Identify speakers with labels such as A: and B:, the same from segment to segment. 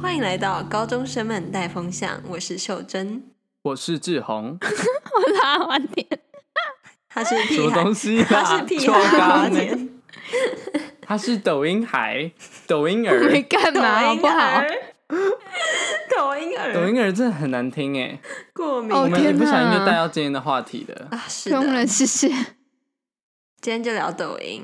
A: 欢迎来到高中生们带风向，我是秀珍，
B: 我是 志宏，
C: 我拉完点，
A: 他是
B: 什
A: 屁
B: 么
A: 孩
B: 东，西啦？
A: 他是屁
B: 臭
A: 孩，
B: 咖呢他是抖音海，抖音
C: 我
B: 儿，
C: 没干 嘛，好不好？
A: 啊 抖音儿，
B: 抖音儿真的很难听哎。
A: 过敏
C: 哦
B: 我们一
C: 天
B: 不小心就
C: 哪
B: 带到今天的话题了。
A: 啊，是
C: 用
A: 的，
C: 了，谢谢。
A: 今天就聊抖音，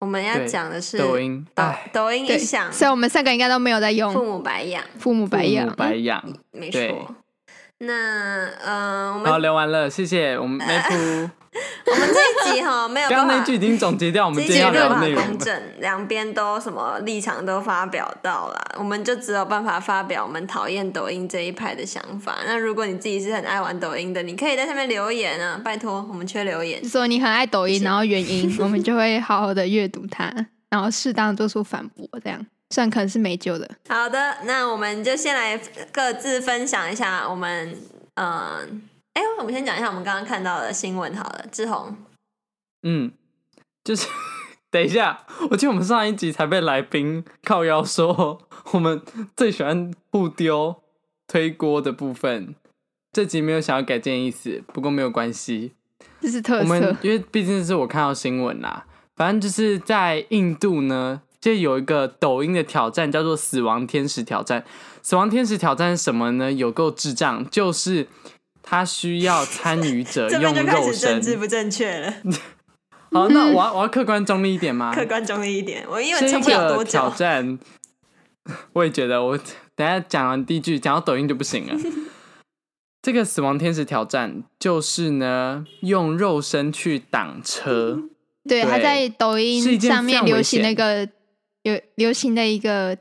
A: 我们要
B: 对
A: 讲的是
B: 抖音，
A: 抖
B: 哎，
A: 抖音
C: 对，
A: 一响，
C: 虽然我们三个应该都没有在
A: 父
C: 用
A: 母哦白养，
C: 父母白啊
B: 父
C: 养
B: 母，白养。
A: 没
B: 对
A: 错。那嗯、呃我们
B: 好，聊完了，谢谢我们 妹夫。
A: 我们这一集 哈没有
B: 刚刚
A: 办
B: 那
A: 法
B: 句已经总结掉我们
A: 这
B: 今
A: 一集
B: 天要
A: 没有
B: 聊
A: 办
B: 的
A: 法
B: 内容
A: 公
B: 了。
A: 正，两边都什么立场都发表到了，我们就只有办法发表我们讨厌抖音这一派的想法。那如果你自己是很爱玩抖音的，你可以在下面留言啊，拜托，我们缺留言
C: 就。说你很爱抖音，然后原 因，我们就会好好的阅读它，然后适当地做出反驳，这样虽然可能是没救的。
A: 好的，那我们就先来各自分享一下我们嗯。哎、我们先讲一下我们刚刚看到的新闻好了。志宏，
B: 嗯，就是 等一下，我记得我们上一集才被来宾靠腰说我们最喜欢互丢推锅的部分。这集没有想要改建意思，不过没有关系，
C: 这是特
B: 我们
C: 色，
B: 因为毕竟是我看到新闻啦，反正就是在印度呢，就有一个抖音的挑战叫做“死亡天使挑战”。死亡天使挑战是什么呢？有够智障，就是他需要参与 者
A: 这边
B: 呃用
A: 就开
B: 肉
A: 始政
B: 身。
A: 治不正确了，
B: 好，那我要我要客观中立一点吗？
A: 嗯客观中立一点。我因为
B: 这
A: 撑不了
B: 啊个
A: 多
B: 挑
A: 久，
B: 战， 我也觉得我等一下讲完第一句，讲到抖音就不行 了。这个死亡天使挑战就是呢，用肉身去挡 车。
C: 对，
B: 对
C: 他在抖
B: 是一
C: 音
B: 件
C: 上面
B: 非常
C: 流
B: 危
C: 行
B: 险
C: 那个有流行的一个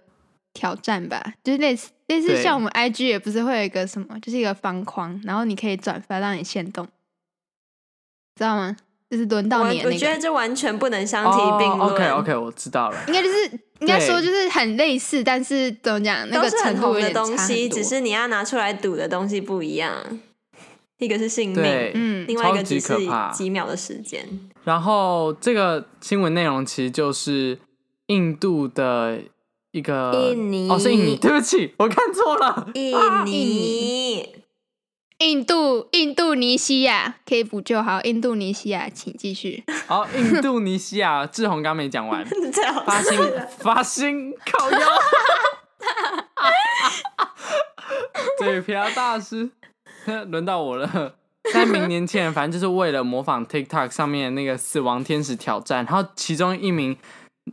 C: 挑战吧，就是类似类似
B: 对
C: 像我们 IG 也不是会有一个什么，就是一个方框，然后你可以转发让你先动，知道吗？就是轮到你
A: 我
C: 的那
A: 我觉
C: 个
A: 得，这完全不能相提并论。
B: o k 哦 OK，我知道了。
C: 应该就是应该说
B: 对
C: 就是很类似，但是怎么讲，那
A: 都
C: 个
A: 是
C: 程
A: 很
C: 度
A: 红
C: 有
A: 的
C: 点差
A: 东西，
C: 很多
A: 只是你要拿出来赌的东西不一样。一个是性命，
B: 对，
C: 嗯，
A: 另外一个
B: 超级
A: 只是
B: 可怕
A: 几秒的时间。
B: 然后这个新闻内容其实就是印度的一个
A: 印尼
B: 哦，是印尼，对不起，我看错 了。
A: 啊印尼
C: 尼，印度印度尼西亚可以补救，好，印度尼西亚，请继续。
B: 好，印度尼西亚，志宏刚没讲完，
A: 最 好
B: 发薪 发薪靠 腰，嘴瓢大师， 轮到我了。在明年前，反正就是为了模仿 TikTok 上面那个死亡天使挑战，然后其中一名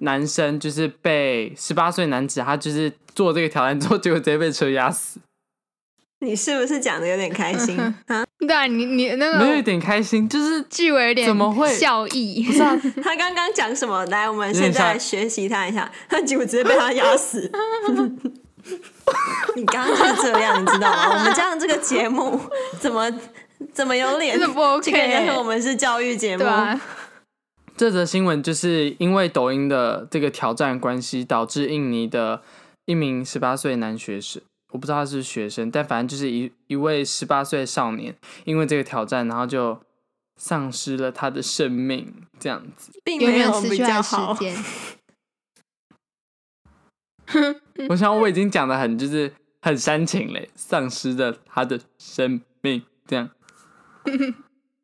B: 男生就是被十八岁男子，他就是做这个挑战之后，结果直接被车压死。
A: 你是不是讲的有点开 心？
C: 对啊，你你那
B: 没有一
C: 个
B: 点开心，就是
C: 句尾有点
B: 怎么会
C: 笑意？
B: 不是啊，
A: 他刚刚讲什么？来，我们
B: 有点
A: 现在
B: 像
A: 来学习他一下。他结果直接被他压 死。你刚刚就是这样，你知道吗？我们这样这个节目怎么怎么有脸？
C: 真的不 OK
A: 这个人家说我们是教育节目
C: 对，啊，
B: 这则新闻就是因为抖音的这个挑战关系，导致印尼的一名十八岁男学生，我不知道他是不是学生，但反正就是一一位十八岁少年，因为这个挑战，然后就丧失了他的生命，这样子。
A: 并
C: 永
A: 没
C: 远
A: 有
C: 失
A: 比
C: 去
A: 较
C: 了时
A: 好。
C: 间。
B: 我想我已经讲的很就是很煽情嘞，丧失了他的生命，这样。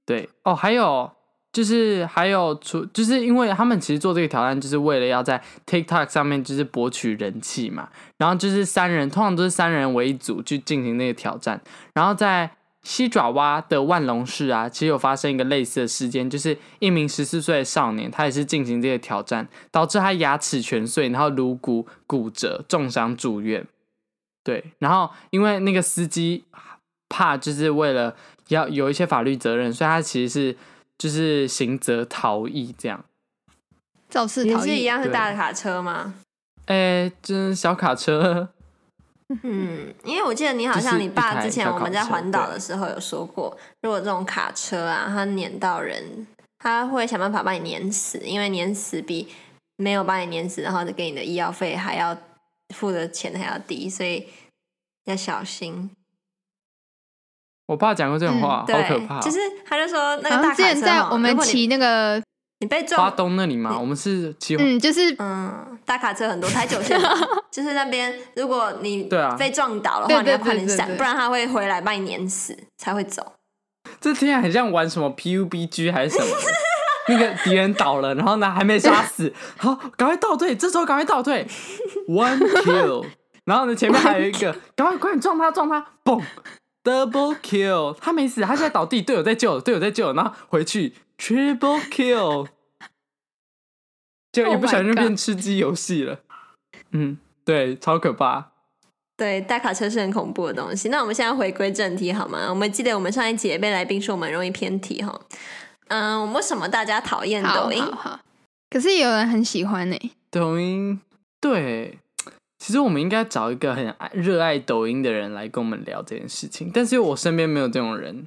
B: 对哦，还有就是还有除就是因为他们其实做这个挑战，就是为了要在 TikTok 上面就是博取人气嘛。然后就是三人，通常都是三人为一组去进行那个挑战。然后在西爪哇的万隆市啊，其实有发生一个类似的事件，就是一名十四岁的少年，他也是进行这个挑战，导致他牙齿全碎，然后颅骨骨折，重伤住院。对，然后因为那个司机怕就是为了要有一些法律责任，所以他其实是就是刑责逃逸这样。
C: 肇事
A: 也
C: 逃
A: 是一
C: 逸，
A: 样是
B: 对
A: 大卡车吗？
B: 哎，这小卡车，
A: 嗯，因为我记得你好
B: 就
A: 像
B: 是
A: 你
B: 一
A: 爸
B: 台
A: 之前
B: 小
A: 我们
B: 卡
A: 在
B: 车
A: 环岛
B: 对
A: 的时候有说过，如果这种卡车啊，它碾到人，它会想办法把你碾死，因为碾死比没有把你碾死，然后给你的医药费还要付的钱还要低，所以要小心。
B: 我爸讲过这种话，
A: 对
B: 好可怕哦、，
A: 嗯就是他就说那
C: 好
A: 个大
C: 像之
A: 卡
C: 前
A: 车
C: 在
A: 哦
C: 我们
A: 如果你
C: 骑那个
A: 你被
B: 花
A: 撞，
B: 东那里吗？我们是骑
C: 嗯，就是
A: 嗯，大卡车很多，台 九线就是那边，如果你
B: 对啊
A: 被撞倒的
C: 对
A: 话，
C: 对
A: 你要快点
C: 对对
A: 闪，
C: 对
A: 不然他会回来把你碾死才会走。
B: 这听起来很像玩什么 PUBG 还是什么 的。那个敌人倒了，然后呢还没杀死，好，赶快倒退，这时候赶快倒退，one kill，然后呢前面还有一个， 赶快快点撞他撞他，嘣，double kill，他没死，他现在倒地，队友在救，队友在救，然后回去 triple kill，就一
C: Oh
B: 不小心就
C: my
B: 变
C: God
B: 吃鸡游戏了，嗯，对，超可怕，
A: 对，大卡车是很恐怖的东西。那我们现在回归正题好吗？我们记得我们上一集也被来宾说我们容易偏题哈。嗯，我们为什么大家讨厌
C: 好
A: 抖音？
C: 好好，可是也有人很喜欢呢、欸
B: 抖音，对，其实我们应该找一个很爱热爱抖音的人来跟我们聊这件事情，但是我身边没有这种人，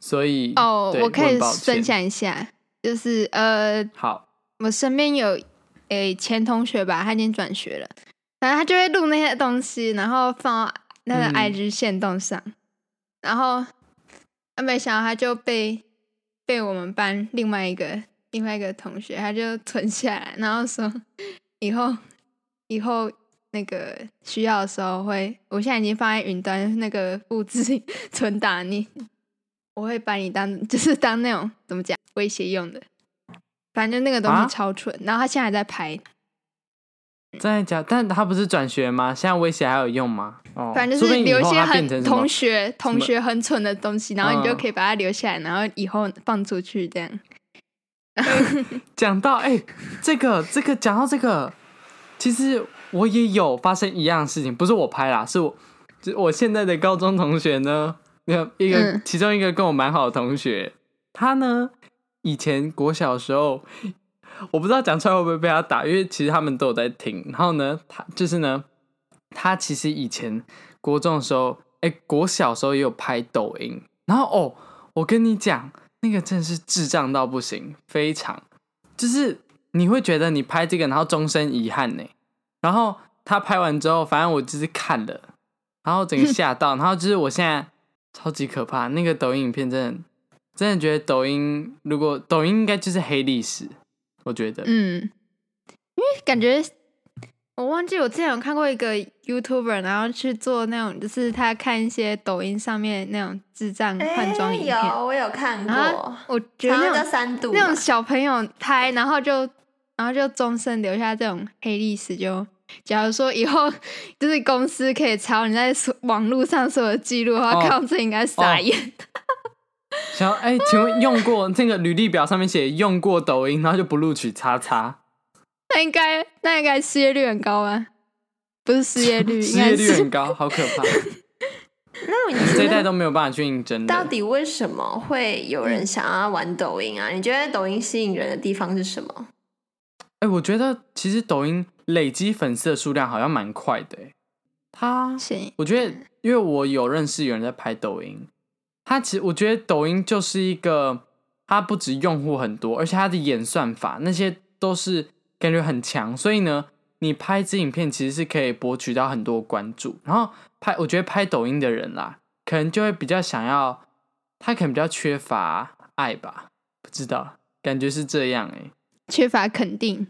B: 所以
A: 嗯
C: 哦、
B: 对
C: 我可以
B: 很抱歉
C: 分享一下，就是呃，
B: 好，
C: 我身边有诶、前同学吧，他已经转学了，然后他就会录那些东西，然后放到那个
B: 嗯
C: IG 线动上，然后啊没想到他就被被我们班另外一个另外一个同学，他就存下来，然后说以后以后那个需要的时候会，我现在已经放在云端那个复制存档，你我会把你当就是当那种怎么讲威胁用的，反正那个东
B: 啊
C: 西超蠢。然后他现在还在拍，
B: 真的假？但他不是转学吗？现在威胁还有用吗？哦，
C: 反正就
B: 说不定
C: 是
B: 以
C: 留一
B: 后
C: 些
B: 他变成
C: 很
B: 什么
C: 同学
B: 什
C: 同
B: 么嗯
C: 学很蠢的东西，然后你就可以把它留下来，然后以后放出去这样。
B: 讲到哎、这个这个讲到这个，其实我也有发生一样的事情，不是我拍啦，是我就我现在的高中同学呢，那一个、
C: 嗯
B: 其中一个跟我蛮好的同学，他呢以前国小的时候，我不知道讲出来会不会被他打，因为其实他们都有在听。然后呢，他就是呢，他其实以前国中的时候，哎、国小的时候也有拍抖音。然后哦，我跟你讲，那个真的是智障到不行，非常，就是你会觉得你拍这个，然后终身遗憾呢。然后他拍完之后，反正我就是看了，然后整个吓到，然后就是我现在超级可怕，那个抖音影片真的，真的觉得抖音如果抖音应该就是黑历史，我觉得，
C: 嗯，因为感觉我忘记我之前有看过一个 YouTuber，然后去做那种，就是他看一些抖音上面那种智障换装影片，
A: 哎有我有看
C: 然后
A: 过，
C: 我觉得
A: 然后
C: 那
A: 叫
C: 种
A: 三度
C: 那
A: 吧
C: 种小朋友拍，然后就然后就终身留下这种黑历史就。假如说以后 就是公司可以查你在所网络上所有的记录的话，
B: 哦
C: 看到这应该傻眼。
B: 想要哎，请问用过那个履历表上面写用过抖音，然后就不录取叉叉，
C: 那应该那应该失业率很高啊，不是失业率，应
B: 失
C: 该
B: 业
C: 是
B: 率 很高，好可怕，
A: 那你
B: 这一
A: 觉
B: 代
A: 得
B: 都没有办法去应征
A: 到
B: 的。
A: 底为什么会有
C: 嗯
A: 人想要玩抖音啊？你觉得抖音吸引人的地方是什么？
B: 哎、我觉得其实抖音累积粉丝的数量好像蛮快的、欸，它
C: 行，
B: 我觉得，因为我有认识有人在拍抖音，他其实我觉得抖音就是一个，它不止用户很多，而且它的演算法那些都是感觉很强，所以呢，你拍一支影片其实是可以博取到很多关注。然后拍，我觉得拍抖音的人啦，可能就会比较想要，他可能比较缺乏爱吧，不知道，感觉是这样哎、
C: 缺乏肯定，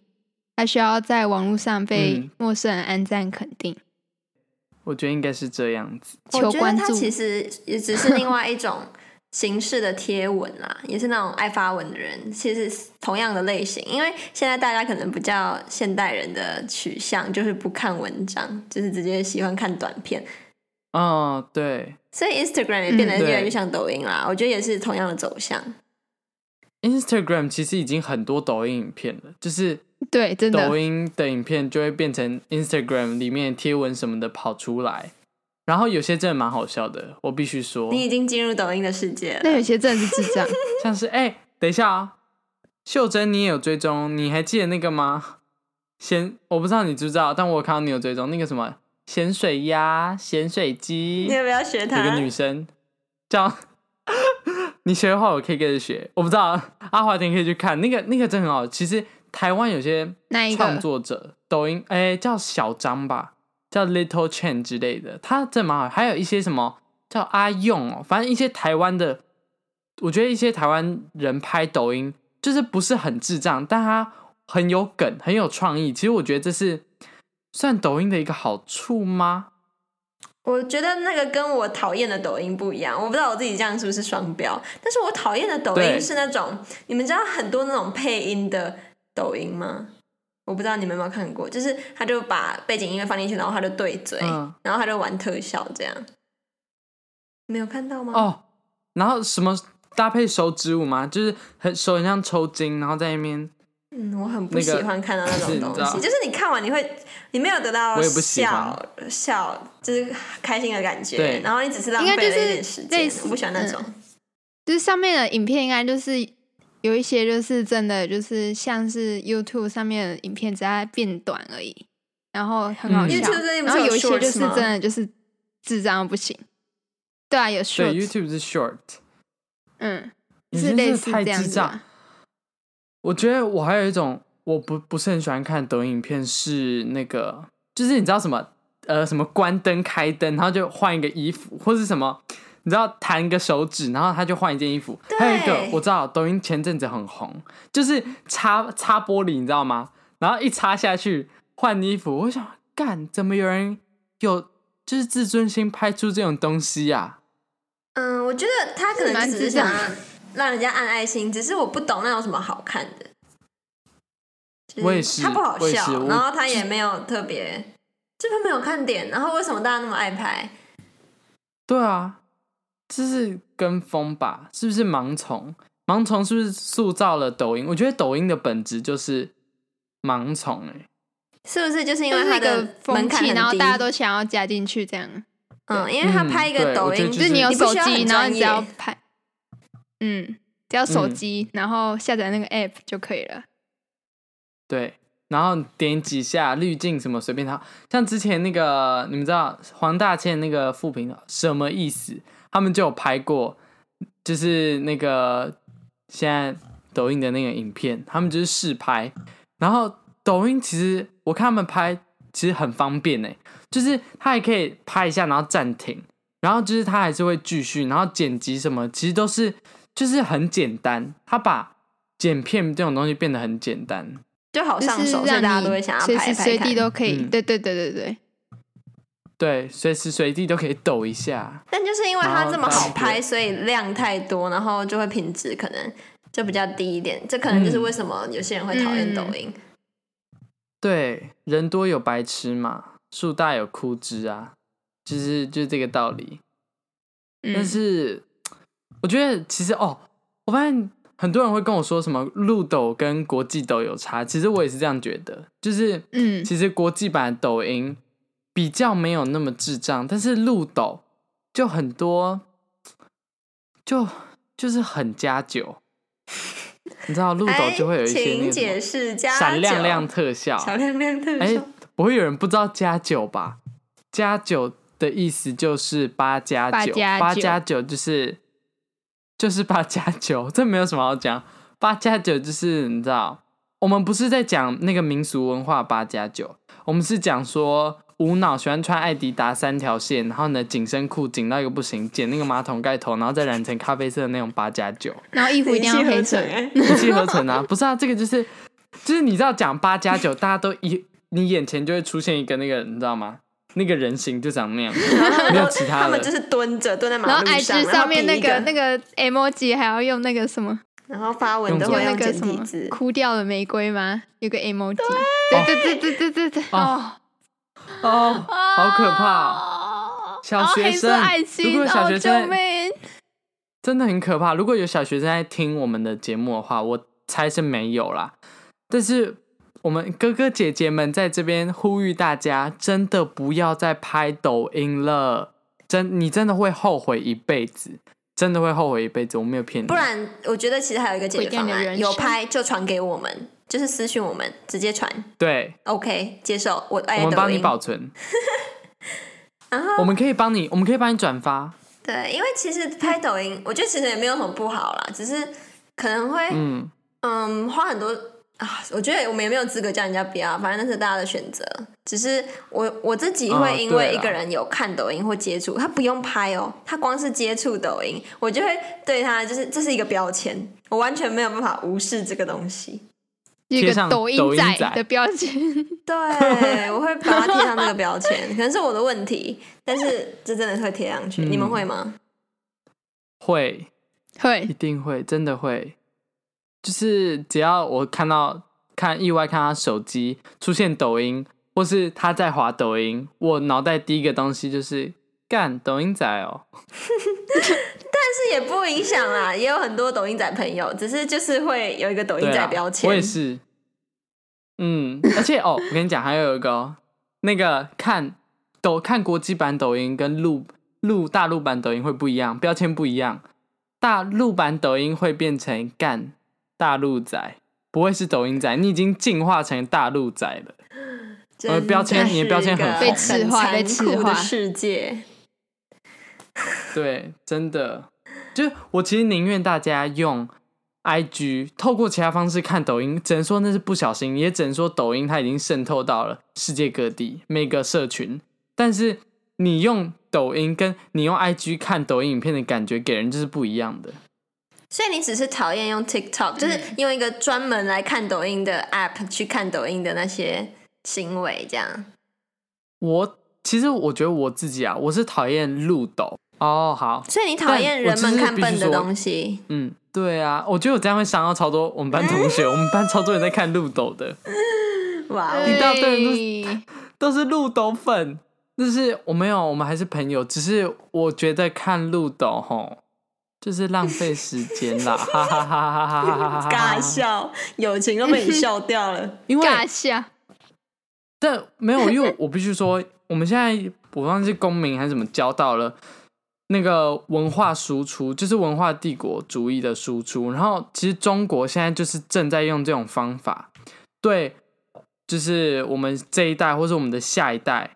C: 他需要在网络上被
B: 嗯
C: 陌生人暗赞肯定，
B: 我觉得应该是这样子。
A: 我
C: 求
A: 觉
C: 关
A: 得它
C: 注。
A: 其实也只是另外一种形式的贴文啦，也是那种爱发文的人，其实是同样的类型。因为现在大家可能比较现代人的取向就是不看文章，就是直接喜欢看短片，
B: 哦，对。
A: 所以 Instagram 也变得越来
C: 嗯
B: 对哦
A: 越像抖音啦。我觉得也是同样的走向。
B: Instagram 其实已经很多抖音影片了，就是
C: 对，真的
B: 抖，音的影片就会变成 Instagram 里面贴文什么的跑出来，然后有些真的蛮好笑的，我必须说，
A: 你已经进入抖音的世界
C: 那
A: 了。
C: 有些真的是智 障。
B: 像是哎、等一下啊、秀珍你也有追踪，你还记得那个吗？咸，我不知道你知不知道，但我有看到你有追踪那个什么咸水鸭、咸水鸡
A: 你，要不要学
B: 有个
A: 它？
B: 女生叫 你学的话，我可以跟着学，我不知道阿华田可以去看那个那个真的很好，其实台湾有些
C: 那一
B: 创
C: 个
B: 作者，抖音哎、叫小张吧，叫 Little Chen 之类的，他真蛮好。还有一些什么叫啊阿用哦，反正一些台湾的，我觉得一些台湾人拍抖音就是不是很智障，但他很有梗，很有创意。其实我觉得这是算抖音的一个好处吗？
A: 我觉得那个跟我讨厌的抖音不一样，我不知道我自己这样是不是双标，但是我讨厌的抖
B: 对
A: 音是那种，你们知道很多那种配音的抖音吗？我不知道你们有没有看过，就是他就把背景音乐放进去，然后他就对嘴，
B: 嗯
A: 然后他就玩特效这样，没有看到吗？
B: 哦，然后什么搭配手指舞吗？就是很手很像抽筋，然后在那边
A: 嗯，我很不
B: 那
A: 喜
B: 个
A: 欢看到那
B: 是
A: 种
B: 你
A: 东
B: 知道
A: 西，就是你看完你会，你没有得到
B: 我也不喜欢
A: 笑笑，就是开心的感觉
B: 对，
A: 然后你只是浪
C: 应
A: 费
C: 该
A: 了一
C: 就是
A: 点时
C: 类
A: 间，
C: 似
A: 我不喜欢那
B: 嗯
A: 种。
C: 就是上面的影片应该就是有一些就是真的就是像是 YouTube 上面的影片，只是它变短而已，然后很好
B: 嗯
C: 笑。
A: YouTube 最近不
C: 然
A: 是
C: 后
A: 有
C: 有一些就是
A: shorts 吗
C: 真的就是智障到不行。对啊，有
B: 对
C: short，
B: YouTube 是 short，
C: 嗯，
B: 你
C: 是
B: 真
C: 类
B: 的
C: 似
B: 太
C: 这样
B: 智
C: 子啊
B: 障
C: 吧。。
B: 我觉得我还有一种我不不是很喜欢看抖音影片，是那个就是你知道什么呃什么关灯开灯，然后就换一个衣服，或是什么你知道弹个手指，然后他就换一件衣服。还有一个
A: 对
B: 我知道抖音前阵子很红，就是擦擦玻璃，你知道吗？然后一擦下去换衣服，我想干怎么有人有就是自尊心拍出这种东西啊呀、
A: 嗯，我觉得他可能
C: 蛮
A: 就只是
C: 智障
A: 想要 让人家按爱心，只是我不懂那有什么好看的。就
B: 我也是
A: 他不好
B: 我也
A: 笑
B: 是，我
A: 然后他也没有特别，这边没有看点，然后为什么大家那么爱拍？
B: 对啊，这是跟风吧？是不是盲从？盲从是不是塑造了抖音？我觉得抖音的本质就是盲从、欸，
A: 是不是就是因
C: 就
A: 为
C: 是
A: 它
C: 一个
A: 的门
C: 风
A: 槛
C: 气，
A: 很
C: 然后
A: 低
C: 大家都想要加进去，这样
A: 嗯，因为他
B: 嗯
A: 拍一个
B: 对
A: 抖
B: 我觉得
A: 音，
B: 就
C: 就是你有
A: 你不
C: 手
A: 需要
C: 机，
A: 很
C: 然后
A: 专
C: 你只要
A: 业
C: 拍，嗯，只要手
B: 嗯
C: 机，然后下载那个 app 就可以了。
B: 对。然后点几下滤镜什么随便它，像之前那个你们知道黄大千那个副频什么意思？他们就有拍过，就是那个现在抖音的那个影片，他们就是试拍。然后抖音其实我看他们拍其实很方便呢，就是他还可以拍一下然后暂停，然后就是他还是会继续，然后剪辑什么其实都是就是很简单，他把剪片这种东西变得很简单。
A: 就好
C: 就
A: 上
C: 是
A: 手，所以
C: 让
A: 大家
C: 你
A: 都会想要
C: 随
A: 拍
C: 时
A: 拍
C: 随
A: 看
C: 地都可以。
B: 嗯
C: 对对对对对，
B: 对，随时随地都可以抖一下。
A: 但就是因为
B: 然
A: 它
B: 后
A: 这么好
B: 大家
A: 拍，所以量太多，然后就会品质可能就比较低一点。这可能就是
B: 嗯
A: 为什么有些人会讨
C: 嗯
A: 厌抖音。
B: 对，人多有白痴嘛，树大有枯枝啊，就是就是这个道理。
C: 嗯
B: 但是我觉得其实哦，我发现很多人会跟我说什么路抖跟国际抖有差，其实我也是这样觉得，就是
C: 嗯
B: 其实国际版的抖音比较没有那么智障，但是路抖就很多，就就是很加酒，你知道路抖
A: 哎
B: 就会有一些那
A: 请
B: 个什
A: 解
B: 么
A: 释加
B: 闪亮
A: 九
B: 亮特效，
A: 小亮亮特
B: 哎、
A: 效。
B: 不会有人不知道加九吧？加九的意思就是八加
C: 八
B: 九，
C: 加
B: 八
C: 九
B: 加九就是就是八加九， 这没有什么好讲。八加九就是你知道，我们不是在讲那个民俗文化八加九，我们是讲说无脑喜欢穿艾迪达三条线，然后呢紧身裤紧到一个不行，剪那个马桶盖头，然后再染成咖啡色的那种八加九。
C: 然后衣服一定要
A: 一气呵
C: 黑色
A: 成。哎
B: 一气呵成啊！ 不是啊，这个就是就是你知道讲八加九，大家都一你眼前就会出现一个那个你知道吗？那个人形就长 那样，没有其
A: 他
B: 他
A: 们就
B: 的。
A: 是蹲着蹲在
C: 然
A: 马
C: 后
A: 路
C: IG 上面那
A: 个
C: 个那个 emoji 还要用那个什么，
A: 然后发文
B: 用
A: 都
B: 什么
A: 会
C: 用那
A: 用简
C: 个什
A: 体
C: 么
A: 字。
C: 枯掉的玫瑰吗？有个 emoji。对对对对对对对。
B: 哦
C: 哦，
B: 哦，好可怕哦、
C: 哦
B: 小学生
C: 然后黑色爱
B: 如
C: 心，
B: 果小
C: 哦
B: 学生
C: 救命！
B: 真的很可怕。如果有小学生在听我们的节目的话，我猜是没有啦。但是我们哥哥姐姐们在这边呼吁大家，真的不要再拍抖音了，真你真的会后悔一辈子，真的会后悔一辈子。我没有骗你，
A: 不然，我觉得其实还有一个解
C: 毁
A: 决
C: 掉
A: 方
C: 你的
A: 案，
C: 人
A: 有
C: 生
A: 拍就传给我们，就是私讯我们，直接传
B: 对，
A: ，OK，接受。我爱
B: 我们
A: 抖
B: 帮你
A: 音。
B: 保存，
A: 然后
B: 我们可以帮你，我们可以帮你转发。
A: 对，因为其 实拍抖哎音，我觉得其实也没有什么不好啦，只是可能会
B: 嗯，
A: 嗯花很多啊，我觉得我们也没有资格叫人家不要，反正那是大家的选择。只是我我自己
B: 啊
A: 会因
B: 对
A: 为一
B: 啦
A: 个人有看抖音或接触，他不用拍哦，他光是接触抖音，我就会对他就是这是一个标签，我完全没有办法无视这个东西。
C: 一
B: 贴
C: 个
B: 上
C: 抖
B: 抖音
C: 仔
B: 仔
C: 的标签。
A: 对，我会把它贴上这个标 签，可能是我的问题，但是这真的会贴上去。你们
B: 嗯
A: 会吗？
B: 会，
C: 会
B: 一，定会，真的会。就是只要我看到看意外看他手机出现抖音，或是他在滑抖音，我脑袋第一个东西就是干抖音仔哦。
A: 但是也不影响啦，也有很多抖音仔朋友，只是就是会有一个抖音
B: 对
A: 仔
B: 啊，
A: 标签。
B: 我也是。 嗯，而且哦，我跟你讲，还有一个、哦、那个看抖看国际版抖音跟陆陆大陆版抖音会不一样，标签不一样。大陆版抖音会变成干大陆仔，不会是抖音仔，你已经进化成大陆仔了。
A: 真
B: 呃标签
A: 的
B: 你的标
A: 是
B: 签
A: 一
B: 很
A: 个
B: 被
A: 很
C: 赤化被
A: 残
C: 赤
A: 酷的
C: 化
A: 世界。
B: 对，真的，就我其实宁愿大家用 I G 透过其他方式看抖音，只能说那是不小心，也只能说抖音它已经渗透到了世界各地每个社群。但是你用抖音跟你用 I G 看抖音影片的感觉，给人就是不一样的。
A: 所以你只是讨厌用 TikTok，就是用一个专门来看抖音的 App 去看抖音的那些行为，这样。
B: 我其实我觉得我自己啊，我是讨厌路抖哦，好，
A: 所以你讨厌人们看笨的东西。
B: 嗯，对啊，我觉得我这样会伤到超多我们班同学，我们班超多人在看路抖的。
A: 哇哦，
B: 一大堆人都
C: 对
B: 都是鹿斗粉。但是我没有，我们还是朋友。只是我觉得看鹿斗吼，就是浪费时间啦，哈哈哈哈哈哈哈哈！
A: 尬，笑，友情都被你笑掉了。
B: 啊 因为
C: 尬笑，
B: 但没有，因为我必须说，我们现在我忘记公民还是怎么交到了那个文化输出，就是文化帝国主义的输出。然后其实中国现在就是正在用这种方法，对，就是我们这一代，或是我们的下一代，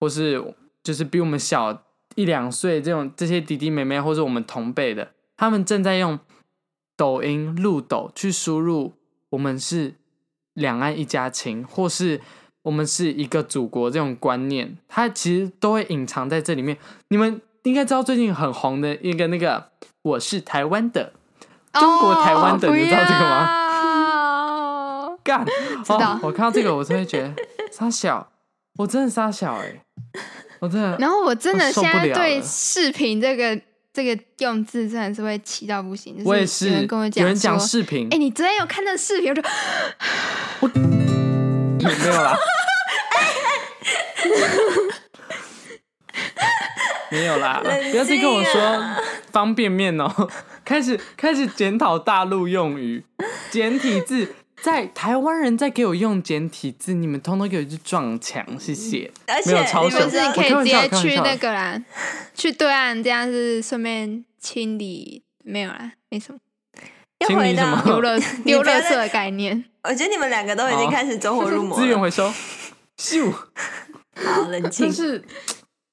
B: 或是就是比我们小一两岁这种这些弟弟妹妹，或是我们同辈的，他们正在用抖音、路抖去输入我们是两岸一家亲，或是我们是一个祖国这种观念，它其实都会隐藏在这里面。你们应该知道最近很红的一个那个“我是台湾的中国台湾的
C: 哦
B: 你知道这个
C: 吗？”，
B: 干
C: 道
B: 哦！我看到这个，我真的觉得傻小，我真的傻小哎、我真的
C: 然后我真的
B: 我受
C: 现
B: 不
C: 在
B: 了
C: 对
B: 了
C: 视频这个这个用字真的是会气到不行。就
B: 我也
C: 有
B: 是
C: 人跟我
B: 有人讲
C: 说，
B: 视频，
C: 哎、你昨天有看那视频？我就
B: 没有 啦，没有啦，
A: 冷静啊
B: 不要再跟我说方便面哦、开始开始检讨大陆用语，简体字。在台湾人在给我用简体字，你们通通给我去撞墙，谢谢。
A: 而且
B: 没有超
A: 你
B: 市
A: 们
C: 就
A: 知
C: 是
A: 道
C: 你可以
B: 我开玩
C: 直
B: 笑
C: 接
B: 开玩
C: 去
B: 笑
C: 那个啦，去对岸，这样是顺便清理，没有啦，没什么
A: 又
B: 清理
A: 回
B: 什
A: 到
B: 么
C: 丢垃丢
A: 不要
C: 垃
A: 再
C: 圾的概念。
A: 我觉得你们两个都已经
B: 好
A: 开始走火入魔
B: 资源
A: 了。
B: 回收，咻！
A: 好，冷静
B: 但。是，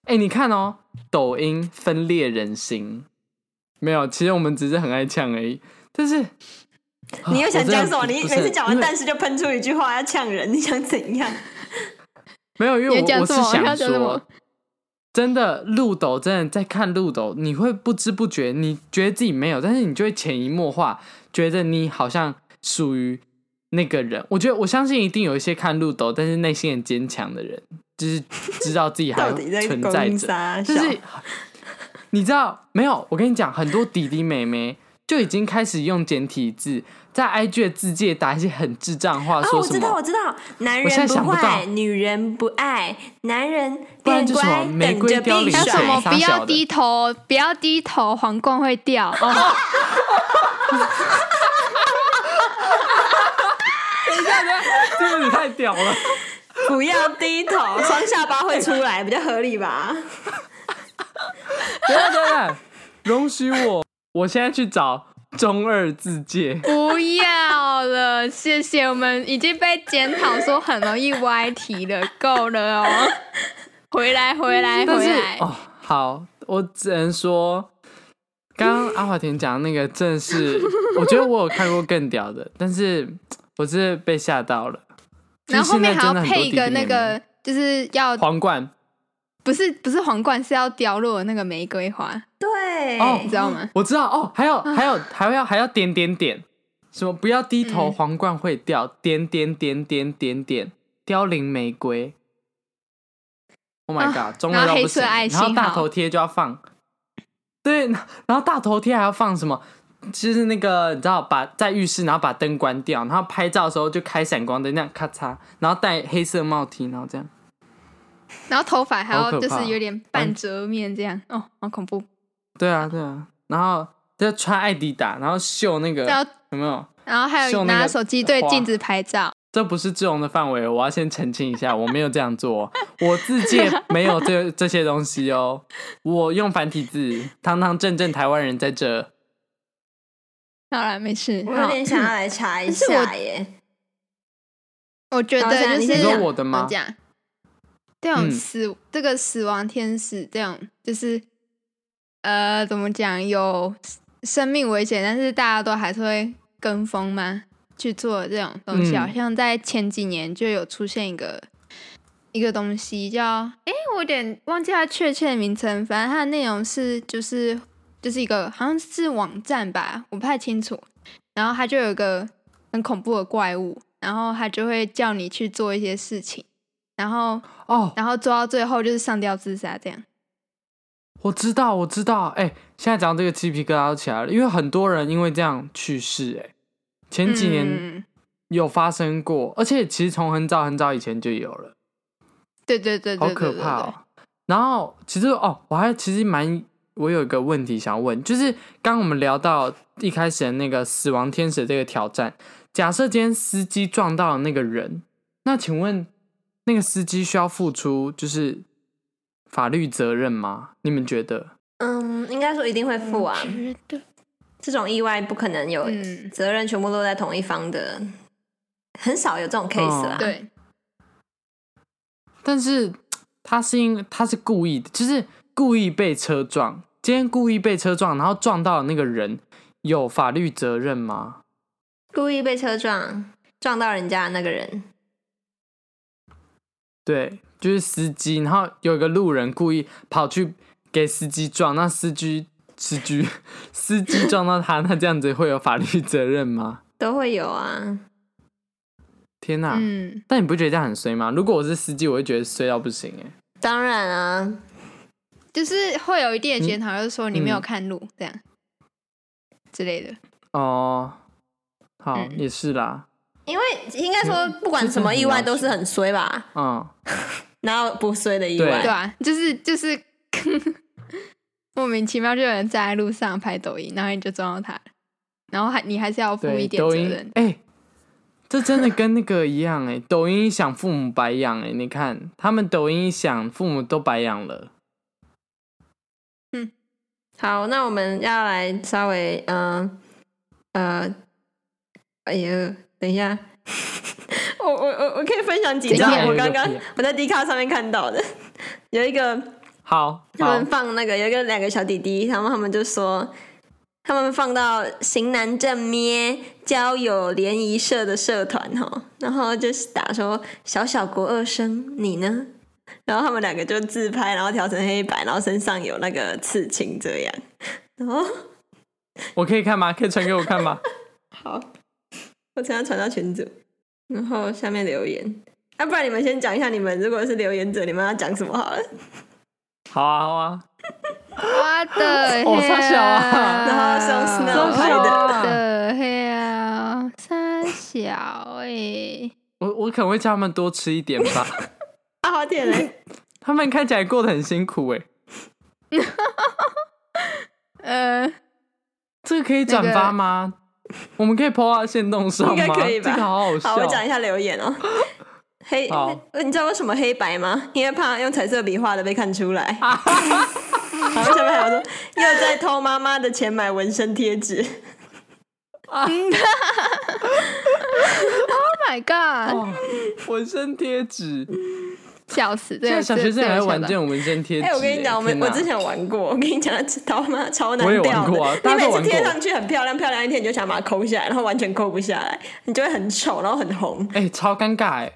B: 哎、你看哦，抖音分裂人心，没有，其实我们只是很爱呛而已。但是，
A: 你又想
B: 啊我真
A: 讲
B: 的
A: 什么？
B: 不
A: 你
B: 不
A: 每
B: 是
A: 次讲完
B: 因为
A: 但是就喷出一句话要呛人，你想怎样？
B: 没有，因
C: 你
B: 为
C: 要讲
B: 我我是
C: 什 么你
B: 想
C: 要讲什
B: 说
C: 么，
B: 真的路斗，真的在看路斗，你会不知不觉，你觉得自己没有，但是你就会潜移默化，觉得你好像属于那个人。我觉得我相信一定有一些看路斗，但是内心很坚强的人，就是知道自己还
A: 到底在
B: 存在
A: 攻
B: 着。
A: 啥
B: 就
A: 小？
B: 是你知道没有？我跟你讲，很多弟弟妹妹就已经开始用简体字，在 IG 的字界打一些很智障话，
A: 哦，
B: 啊说
A: 我
B: 什
A: 知
B: 么、
A: 道，我知道，男
B: 我现在
A: 人
B: 想不
A: 坏，
B: 到
A: 女人不爱，男人
B: 不然
A: 变
B: 就什么
A: 乖，
B: 玫
A: 等
B: 瑰
A: 着
B: 凋
A: 被
B: 零
C: 还有
B: 水
C: 什
A: 甩。
C: 么
B: 傻
C: 不
B: 小
C: 要
B: 的
C: 低头，不要低头，皇冠会掉。
B: 哦。等一下，等一下，这个你太屌了！
A: 不要低 头，双下巴会出来，比较合理吧？
B: 等一下，等一下， 容许我，我现在去找中二字界。
C: 不要了，谢谢，我们已经被检讨说很容易歪题了，够了哦，回来回来
B: 但
C: 回
B: 是
C: 来，
B: 哦，好，我只能说，刚刚阿华田讲的那个正是，我觉得我有看过更屌的，但是我是被吓到了。
C: 然后后面
B: 其实
C: 还
B: 现在
C: 要
B: 真的很多
C: 配一个
B: 弟弟妹
C: 那
B: 妹
C: 个，就是要
B: 皇冠
C: 不是不是皇冠，是要凋落的那个玫瑰花，
A: 对，
B: 哦
C: 你知道 吗？
B: 我知道哦，还有
C: 啊
B: 还有还要还要点点点，什么不要低头，
C: 嗯
B: 皇冠会掉，点点点点点点，凋零玫瑰。Oh my
C: 啊
B: god，中
C: 然
B: 文
C: 后
B: 到
C: 黑
B: 不行，
C: 色爱
B: 然
C: 心
B: 后大
C: 好
B: 头贴就要放，对，然然后大头贴还要放什么？就是那个你知道，把在浴室，然后把灯关掉，然后拍照的时候就开闪光灯，那样咔嚓，然后戴黑色帽 T，然后这样。
C: 然后头发还
B: 好
C: 要
B: 可
C: 就
B: 怕嗯
C: 是有点半遮面这样，哦，好恐怖。
B: 对啊，对啊，然后就穿艾迪达，然后秀那个
C: 然后
B: 有没有？
C: 然后还有
B: 秀那个
C: 拿手机对
B: 花
C: 镜子拍照，
B: 这不是志荣的范围，我要先澄清一下，我没有这样做，我自介没有这这些东西哦，我用繁体字，堂堂正正台湾人在这，
C: 好了，没事。
A: 我
C: 好
A: 有点 想要来查一
C: 但是我
A: 下耶。
C: 我觉
A: 等一下
C: 得就
A: 你
C: 是
A: 先
B: 你
A: 讲
B: 说
C: 怎
B: 我的
C: 么
B: 吗？
C: 讲？这种
B: 嗯
C: 死、这个死亡天使这种就是呃怎么讲有生命危险，但是大家都还是会跟风吗？去做这种东西，
B: 嗯
C: 好像在前几年就有出现一个一个东西叫诶，我有点忘记它确切的名称，反正它的内容是就是就是一个好像是网站吧，我不太清楚。然后它就有一个很恐怖的怪物，然后它就会叫你去做一些事情，然后
B: 哦，
C: 然后做到最后就是上吊自杀这样。
B: 我知道，我知道，哎、现在讲到这个鸡皮疙瘩都起来了，因为很多人因为这样去世、哎，前几年
C: 嗯、
B: 有发生过，而且其实从很早很早以前就有了。
C: 对对对对
B: 好
C: 对
B: 可
C: 对
B: 怕哦！然后其实哦，我还其实蛮，我有一个问题想问，就是刚刚我们聊到一开始的那个死亡天使这个挑战，假设今天司机撞到了那个人，那请问那个司机需要付出就是法律责任吗？你们觉得？
A: 嗯，应该说一定会
B: 哦
A: 付啊，
B: 嗯
C: 对对对
A: 这种意外不可能有
C: 嗯，
A: 责任全部落在同一方的，很少有这种 case 啦。
B: 嗯
C: 对，
B: 但是他是因他是故意的，就是故意被车撞，今天故意被车撞，然后撞到了那个人，有法律责任吗？
A: 故意被车撞，撞到人家的那个人，
B: 对，就是司机，然后有一个路人故意跑去给司机撞，那司机司机司机撞到他，那这样子会有法律责任吗？
A: 都会有啊。
B: 天哪、
C: 嗯，
B: 但你不觉得这样很衰吗？如果我是司机，我会觉得衰到不行哎、
A: 当然啊，
C: 就是会有一定的检讨，就是说你没有
B: 嗯
C: 看路、这样之类的。
B: 哦，好，
C: 嗯
B: 也是啦，
A: 因为应该说不管什么意外都是很衰吧，
B: 嗯，
A: 哪有不衰的意
B: 对
C: 对
A: 外？
C: 啊，就是就是 莫名其妙就有人站在路上拍抖音，然后你就撞到他了，然后还你还是要负
B: 对，
C: 一点
B: 抖
C: 责
B: 音
C: 任，
B: 哎、这真的跟那个一样哎、抖音一响，父母白养哎、你看他们抖音一响，父母都白养了，
A: 好，那我们要来稍微嗯呃哎呀，等一下， 我我我我可以分享几
C: 等一
A: 张
C: 下
A: 我
B: 有一个
A: 刚刚
B: 屁
A: 我在 D 卡上面看到的，有一个
B: 好，
A: 他
B: 好
A: 们，放那个有一个两个小弟弟，然后他们就说，他们放到型男正咩交友联谊社的社团哦，然后就是打说小小国二生你呢？然后他们两个就自拍，然后调成黑白，然后身上有那个刺青这样。然后
B: 我可以看吗？可以传给我看吗？
A: 好，我常常传到群组，然后下面留言。啊，不然你们先讲一下，你们如果是留言者，你们要讲什么好了？
B: 好啊，好啊，
C: 我 的
B: 哦傻 小啊
A: 然后是用 Snow 拍的
C: 我的天，三小哎、
B: 我我可能会叫他们多吃一点 吧，
A: 啊，好点嘞，
B: 他们看起来过得很辛苦哎、
C: 呃，
B: 这个可以转发吗？我们可以 PO 到线动上吗？
A: 应该可以吧
B: 这个好好笑。
A: 好，我讲一下留言 哦。黑
B: 好，
A: 你知道为什么黑白吗？因为怕用彩色笔画的被看出 来。然后下面还有说，又在偷妈妈的钱买纹身贴纸。
B: 啊
C: Oh my god！
B: 哦哦，纹身贴纸，
C: 笑死！这
B: 现在
C: 个
B: 小
C: 这
B: 学
C: 个
B: 生
C: 这
B: 还
C: 个
B: 玩
C: 笑
B: 这
C: 到
B: 种纹身贴纸
A: 哎、
B: 欸。
A: 我跟你讲，我们
B: 天哪
A: 我之前有玩过，我跟你讲，超妈超
B: 我也
A: 难
B: 玩
A: 掉的。
B: 过啊大
A: 你每
B: 家都
A: 次
B: 玩
A: 贴
B: 过
A: 上去很漂亮漂亮一天，你就想把它抠下来，然后完全抠不下来，你就会很丑，然后很红。
B: 哎、超尴尬哎、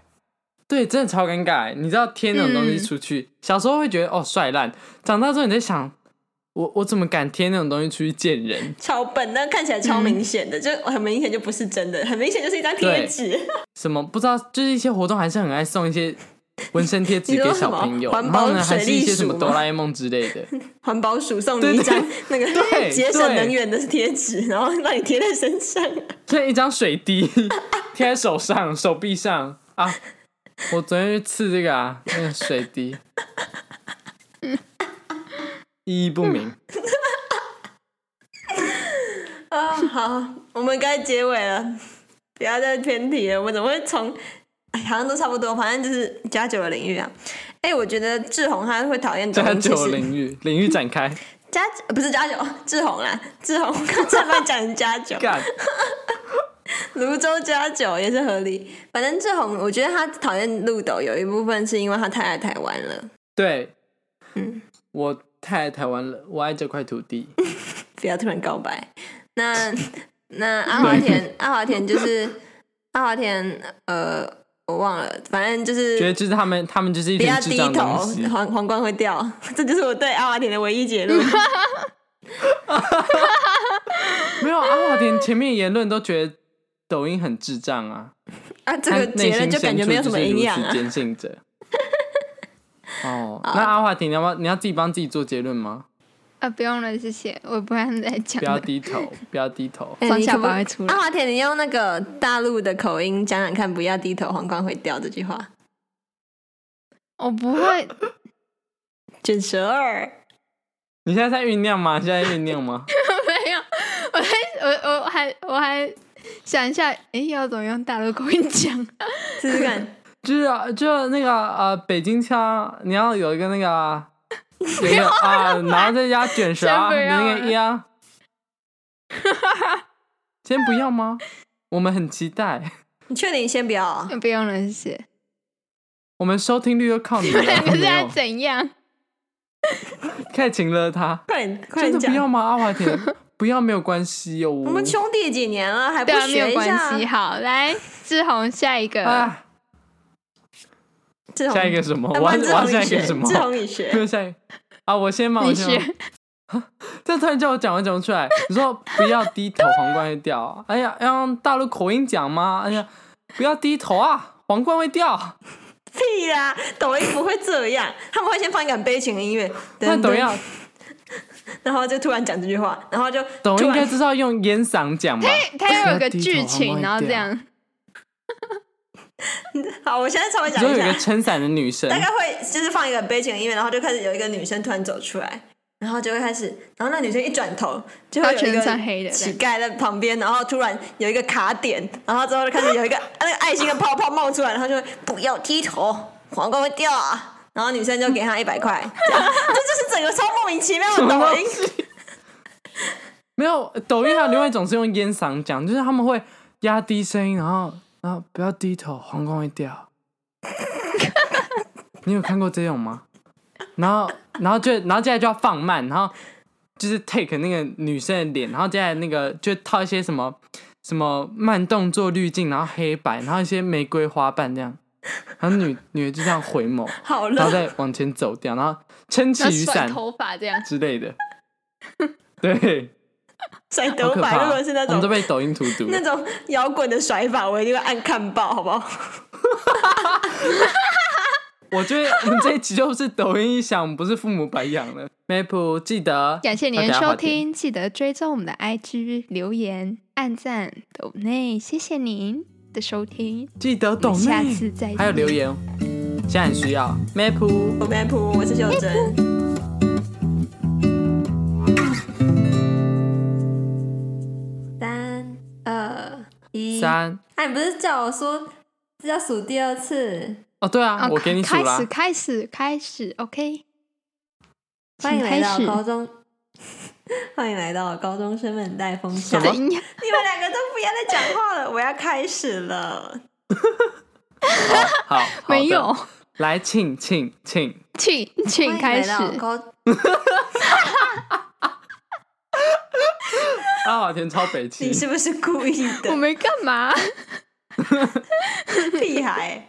B: 对，真的超尴尬哎、你知道贴那种东西
C: 嗯
B: 出去，小时候会觉得哦帅烂，长大之后你在想，我我怎么敢贴那种东西出去见人？
A: 超笨，但看起来超明显的，就很明显就不是真的，很明显就是一张贴纸。
B: 什么不知道？就是一些活动还是很爱送 一些纹身贴纸
A: 你说
B: 给
A: 什
B: 小
A: 么
B: 朋友，
A: 环
B: 然后
A: 保
B: 呢还
A: 水
B: 是一
A: 力
B: 些什
A: 鼠
B: 么哆
A: 吗
B: 啦 A 梦之类的。
A: 环保署送
B: 对
A: 你一
B: 对
A: 张那个
B: 对
A: 节省
B: 对
A: 能源的贴纸，然后让你贴在身上。
B: 这一张 水滴贴在手上、手臂上啊！我昨天去刺这个啊，那个水 滴，意义不明。
A: 嗯啊、 好，我们该结尾了，不要再偏题了。我们怎么会从？哎，好像都差不多，反正就是加九的领域啊。哎，我觉得志宏他会讨厌抖
B: 加
A: 音，其
B: 九
A: 实
B: 领域，领域展 开。
A: 加呃不是加九，志宏啦，志宏 刚才乱讲人加九，
B: 干，
A: 泸州加九也是合理。反正志宏，我觉得他讨厌陆斗有一部分是因为他太爱台湾了。
B: 对
A: 嗯，
B: 我太爱台湾了，我爱这块土地。
A: 不要突然告白。那那阿华田，阿华田就是阿华田，呃，我忘了，反正就
B: 觉得
A: 是
B: 就是他们，他们就是一
A: 不
B: 群
A: 要
B: 智
A: 低
B: 障
A: 头
B: 东西，。
A: 皇皇冠会掉， 这就是我对阿华田的唯一 结论。
B: 没有啊阿华田前面言论都觉得抖音很智障啊，
A: 啊， 这
B: 他
A: 个结
B: 内
A: 论
B: 心
A: 就感觉
B: 深处
A: 没有什
B: 就
A: 么
B: 是如
A: 营养
B: 此
A: 啊。
B: 坚信 者。哦，那阿华田，你要不要你要自己帮自己做结论吗？
C: 啊，不用了，谢谢，我不想再讲
B: 不要
C: 了。
B: 低头，不要低头。
A: 哎
C: 双
A: 你
C: 下
A: 可不
C: 巴会出来
A: 阿华田，你用那个大陆的口音讲讲看，不要低头，皇冠会掉这句话，
C: 我不会，
A: 卷舌儿。
B: 你现在在酝酿吗？现在酝酿 吗？
C: 没有，我还我我还我还想一下，诶，要怎么用大陆口音讲？
A: 试试看，
B: 就是啊就是那个呃，北京腔，你要有一个那个 啊，有一个啊，然后再加卷舌啊，
C: 先不要
B: 那
C: 了
B: 个呀，先不要吗？我们很期待，
A: 你确定你先不要啊？
C: 不用了，谢谢。
B: 我们收听率又靠你
C: 你
B: 了，
C: 们两个
B: 没
C: 现在
B: 有
C: 怎样？
B: 太勤了他，
A: 快点，快点
B: 真的不要
A: 讲！
B: 吗？阿 华田，不要没有关系哦，
A: 我
B: 我
A: 们兄弟几年了，还不
C: 对啊，没
A: 学
C: 有
A: 一
C: 关
A: 下？
C: 系。好，来，志宏，下一个。
B: 啊，
A: 志宏
B: 下一个什么？
A: 要
B: 我
A: 不
B: 要
A: 然
B: 哦我
A: 志
B: 要
A: 宏
B: 下
A: 你
B: 一个
A: 学，
B: 什么？
A: 志宏你
B: 没
A: 学，
B: 有下一个啊，我先吗？我
C: 你
B: 先
C: 学
B: 吗？这突然叫我讲，我讲不出来。你说不要低头，皇冠会掉 啊。哎呀，要用大陆口音讲吗？哎呀，不要低头啊，皇冠会掉。
A: 屁啦！抖音不会这样，他们会先放一个很悲情的音乐，
B: 那
A: 噔
B: 抖音啊，
A: 然后就突然讲这句话，然后就
B: 抖音
A: 突
B: 应该
A: 然
B: 知道用烟嗓讲吧？
C: 它有一个
B: 低头
C: 剧
B: 皇
C: 情，
B: 冠
C: 然后
B: 会
C: 这
B: 掉。
C: 样。
A: 好，我现在稍微
B: 你
A: 讲
B: 说有
A: 一
B: 一个
A: 下，
B: 撑伞的女生
A: 大，概会就是放一个很悲情的音乐，然后就开始有一个女生突然走出来。然后就会开始，然后那女生一转头，就会有
C: 她
A: 一
C: 全
A: 个
C: 身黑的
A: 乞丐在旁边，然后突然有一个卡点，然后之后就开始有一个那个爱心的泡泡冒出来，然后就会不要低头，皇冠会掉啊！然后女生就给他一百块，这样这就是整个超莫名其妙的
B: 什么
A: 抖
B: 东
A: 音。
B: 西？没有，抖音还有另外一种是用烟嗓讲，就是他们会压低声音，然后然后不要低头，皇冠会掉。 你有看过这种吗？然后然后就然后接下来就要放慢，然后就是 take 那个女生的脸，然后接下来那个就套一些什么什么慢动作滤镜，然后黑白，然后一些玫瑰花瓣这样，然后女女的就这样回眸，
A: 好
B: 然
A: 了，
B: 后再往前走掉，然后撑起
C: 然后
B: 雨
C: 甩
B: 伞，
C: 头发这样，
B: 之类的。对，
A: 甩
B: 好
A: 头
B: 可怕
A: 发
B: 啊！
A: 如果是那
B: 我们都
A: 种
B: 被抖音荼毒
A: 那
B: 了。
A: 种摇滚的甩法，我一定会按看爆，好不好？
B: 我觉得你这一集就是 抖音一响，不是父母白养了。Map 记得
C: 感谢您
B: 要
C: 的
B: 给他
C: 收
B: 好评，
C: 听，记得追踪我们的 IG 留言、按赞、抖内，谢谢您的收听，
B: 记得
C: 我
B: 抖
C: 们下次
B: 内，
C: 再见。
B: 还有留言，哦现在很需要。Map
A: 我们普，我是秀珍。三二一，
B: 三
A: 哎，你不是叫我说要数第二次？
B: 哦，对啊
C: 哦，
B: 我给你数
C: 开
B: 啦
C: 始，。开始，开始，OK。
A: 欢迎
C: 请
A: 来
C: 开
A: 到
C: 始
A: 高中， 欢迎来到高中生们带风
B: 什
A: 向。
B: 么
A: 你
C: 怎样？
A: 们两个都不要再讲话了，我要开始了。
B: 好，好的
C: 没有。
B: 来请请请，
C: 请请
A: 欢
C: 开
A: 迎
C: 始
A: 来，到高
B: 阿华田超北气
A: 你，是不是故意
C: 我
A: 的？
C: 没干嘛，
A: 屁孩，